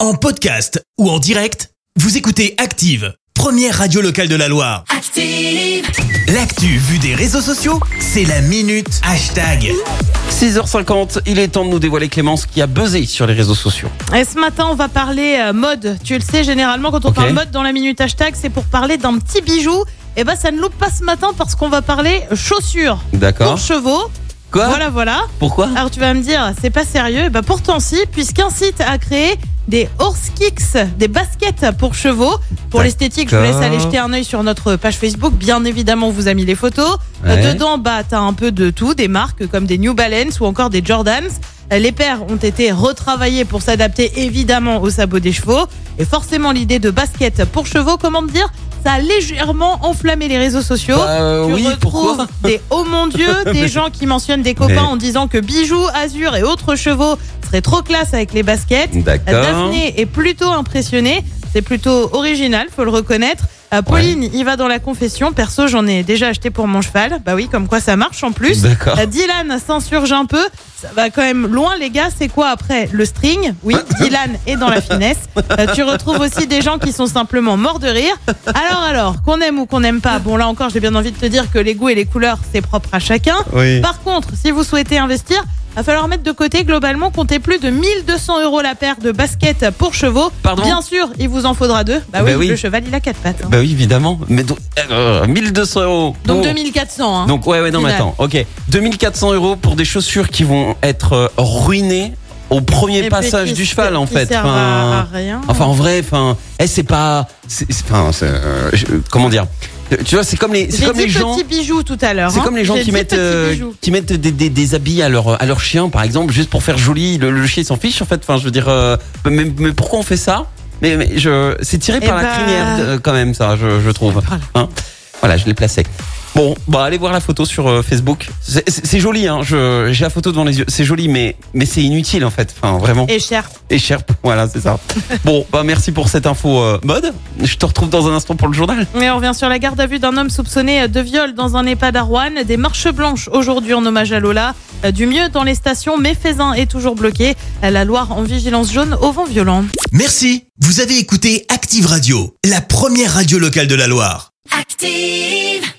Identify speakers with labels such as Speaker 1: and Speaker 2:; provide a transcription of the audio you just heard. Speaker 1: En podcast ou en direct, vous écoutez Active, première radio locale de la Loire.
Speaker 2: Active.
Speaker 1: L'actu vue des réseaux sociaux, c'est la minute hashtag.
Speaker 3: 6h50, il est temps de nous dévoiler Clémence qui a buzzé sur les réseaux sociaux.
Speaker 4: Et ce matin, on va parler euh, mode. Tu le sais, généralement, quand on
Speaker 3: Ok.
Speaker 4: parle mode dans la minute hashtag, c'est pour parler d'un petit bijou. Et ben, ça ne loupe pas ce matin parce qu'on va parler chaussures
Speaker 3: D'accord. Bah.
Speaker 4: pour chevaux.
Speaker 3: Quoi
Speaker 4: Voilà, voilà.
Speaker 3: Pourquoi
Speaker 4: Alors, tu vas me dire, c'est pas sérieux. Et ben, pourtant, si, puisqu'un site a créé des horse kicks, des baskets pour chevaux. Pour
Speaker 3: D'accord.
Speaker 4: l'esthétique, je vous laisse aller jeter un œil sur notre page Facebook. Bien évidemment, on vous a mis les photos. Euh,
Speaker 3: Ouais.
Speaker 4: Dedans, bah, t'as un peu de tout, des marques comme des New Balance ou encore des Jordans. Euh, Les paires ont été retravaillées pour s'adapter évidemment aux sabots des chevaux. Et forcément, l'idée de basket pour chevaux, comment te dire, ça a légèrement enflammé les réseaux sociaux.
Speaker 3: Bah, euh,
Speaker 4: Tu
Speaker 3: oui,
Speaker 4: retrouves
Speaker 3: pourquoi
Speaker 4: des oh mon dieu, des gens qui mentionnent des copains
Speaker 3: Mais-
Speaker 4: en disant que bijoux, azur et autres chevaux seraient trop classe avec les baskets.
Speaker 3: D'accord.
Speaker 4: Daphné est plutôt impressionnée. C'est plutôt original, faut le reconnaître. Euh, Pauline il va dans la confession. Perso, j'en ai déjà acheté pour mon cheval. Bah oui, comme quoi ça marche en plus.
Speaker 3: D'accord.
Speaker 4: Euh, Dylan s'insurge un peu. Ça va quand même loin, les gars. C'est quoi après Le string Oui, Dylan est dans la finesse. Euh, tu retrouves aussi des gens qui sont simplement morts de rire. Alors, alors, qu'on aime ou qu'on n'aime pas, bon, là encore, j'ai bien envie de te dire que les goûts et les couleurs, c'est propre à chacun.
Speaker 3: Oui.
Speaker 4: Par contre, si vous souhaitez investir, va falloir mettre de côté globalement compter plus de 1200 euros la paire de baskets pour chevaux.
Speaker 3: Pardon
Speaker 4: Bien sûr, il vous en faudra deux. Bah oui,
Speaker 3: Bah oui.
Speaker 4: le cheval il a quatre pattes. hein.
Speaker 3: Bah oui, évidemment. Mais donc, euh, 1200 euros. Bon.
Speaker 4: Donc 2400. hein.
Speaker 3: Donc ouais, ouais, Bah non, mais
Speaker 4: Final.
Speaker 3: attends. Ok. 2400 euros pour des chaussures qui vont être euh, ruinées au premier
Speaker 4: Et
Speaker 3: passage
Speaker 4: puis,
Speaker 3: du
Speaker 4: qui-
Speaker 3: cheval, en
Speaker 4: qui
Speaker 3: fait.
Speaker 4: servent à- à
Speaker 3: Enfin,
Speaker 4: rien.
Speaker 3: enfin, en vrai, enfin, eh, c'est pas. c'est- c'est- Enfin, c'est, euh, je- comment dire Tu vois, c'est comme les, c'est
Speaker 4: J'ai
Speaker 3: comme
Speaker 4: dit
Speaker 3: les gens.
Speaker 4: petits bijoux tout à l'heure.
Speaker 3: C'est
Speaker 4: hein.
Speaker 3: comme les gens
Speaker 4: J'ai
Speaker 3: qui
Speaker 4: dit
Speaker 3: mettent,
Speaker 4: petits
Speaker 3: euh,
Speaker 4: bijoux.
Speaker 3: qui mettent des, des- des habits à leur, à leur chien, par exemple, juste pour faire joli. Le, le chien s'en fiche, en fait. Enfin, je veux dire, euh, mais, mais pourquoi on fait ça mais, mais je, c'est tiré
Speaker 4: Eh
Speaker 3: par la
Speaker 4: bah.
Speaker 3: crinière, euh, quand même, ça, je, je trouve. Hein voilà, je l'ai placé. Bon, bah allez voir la photo sur euh, Facebook. C'est- C'est c'est joli, hein. je- J'ai la photo devant les yeux. C'est joli, mais mais c'est inutile en fait. Enfin, vraiment.
Speaker 4: Et cher.
Speaker 3: Et cher. Voilà, c'est ça. bon, bah merci pour cette info euh, mode. Je te retrouve dans un instant pour le journal.
Speaker 4: Et on revient sur la garde à vue d'un homme soupçonné de viol dans un EHPAD à Rouen. Des marches blanches aujourd'hui en hommage à Lola. Euh, Du mieux dans les stations, Méfaisin est toujours bloqué. Euh, La Loire en vigilance jaune au vent violent.
Speaker 1: Merci, vous avez écouté Active Radio, la première radio locale de la Loire.
Speaker 2: Active.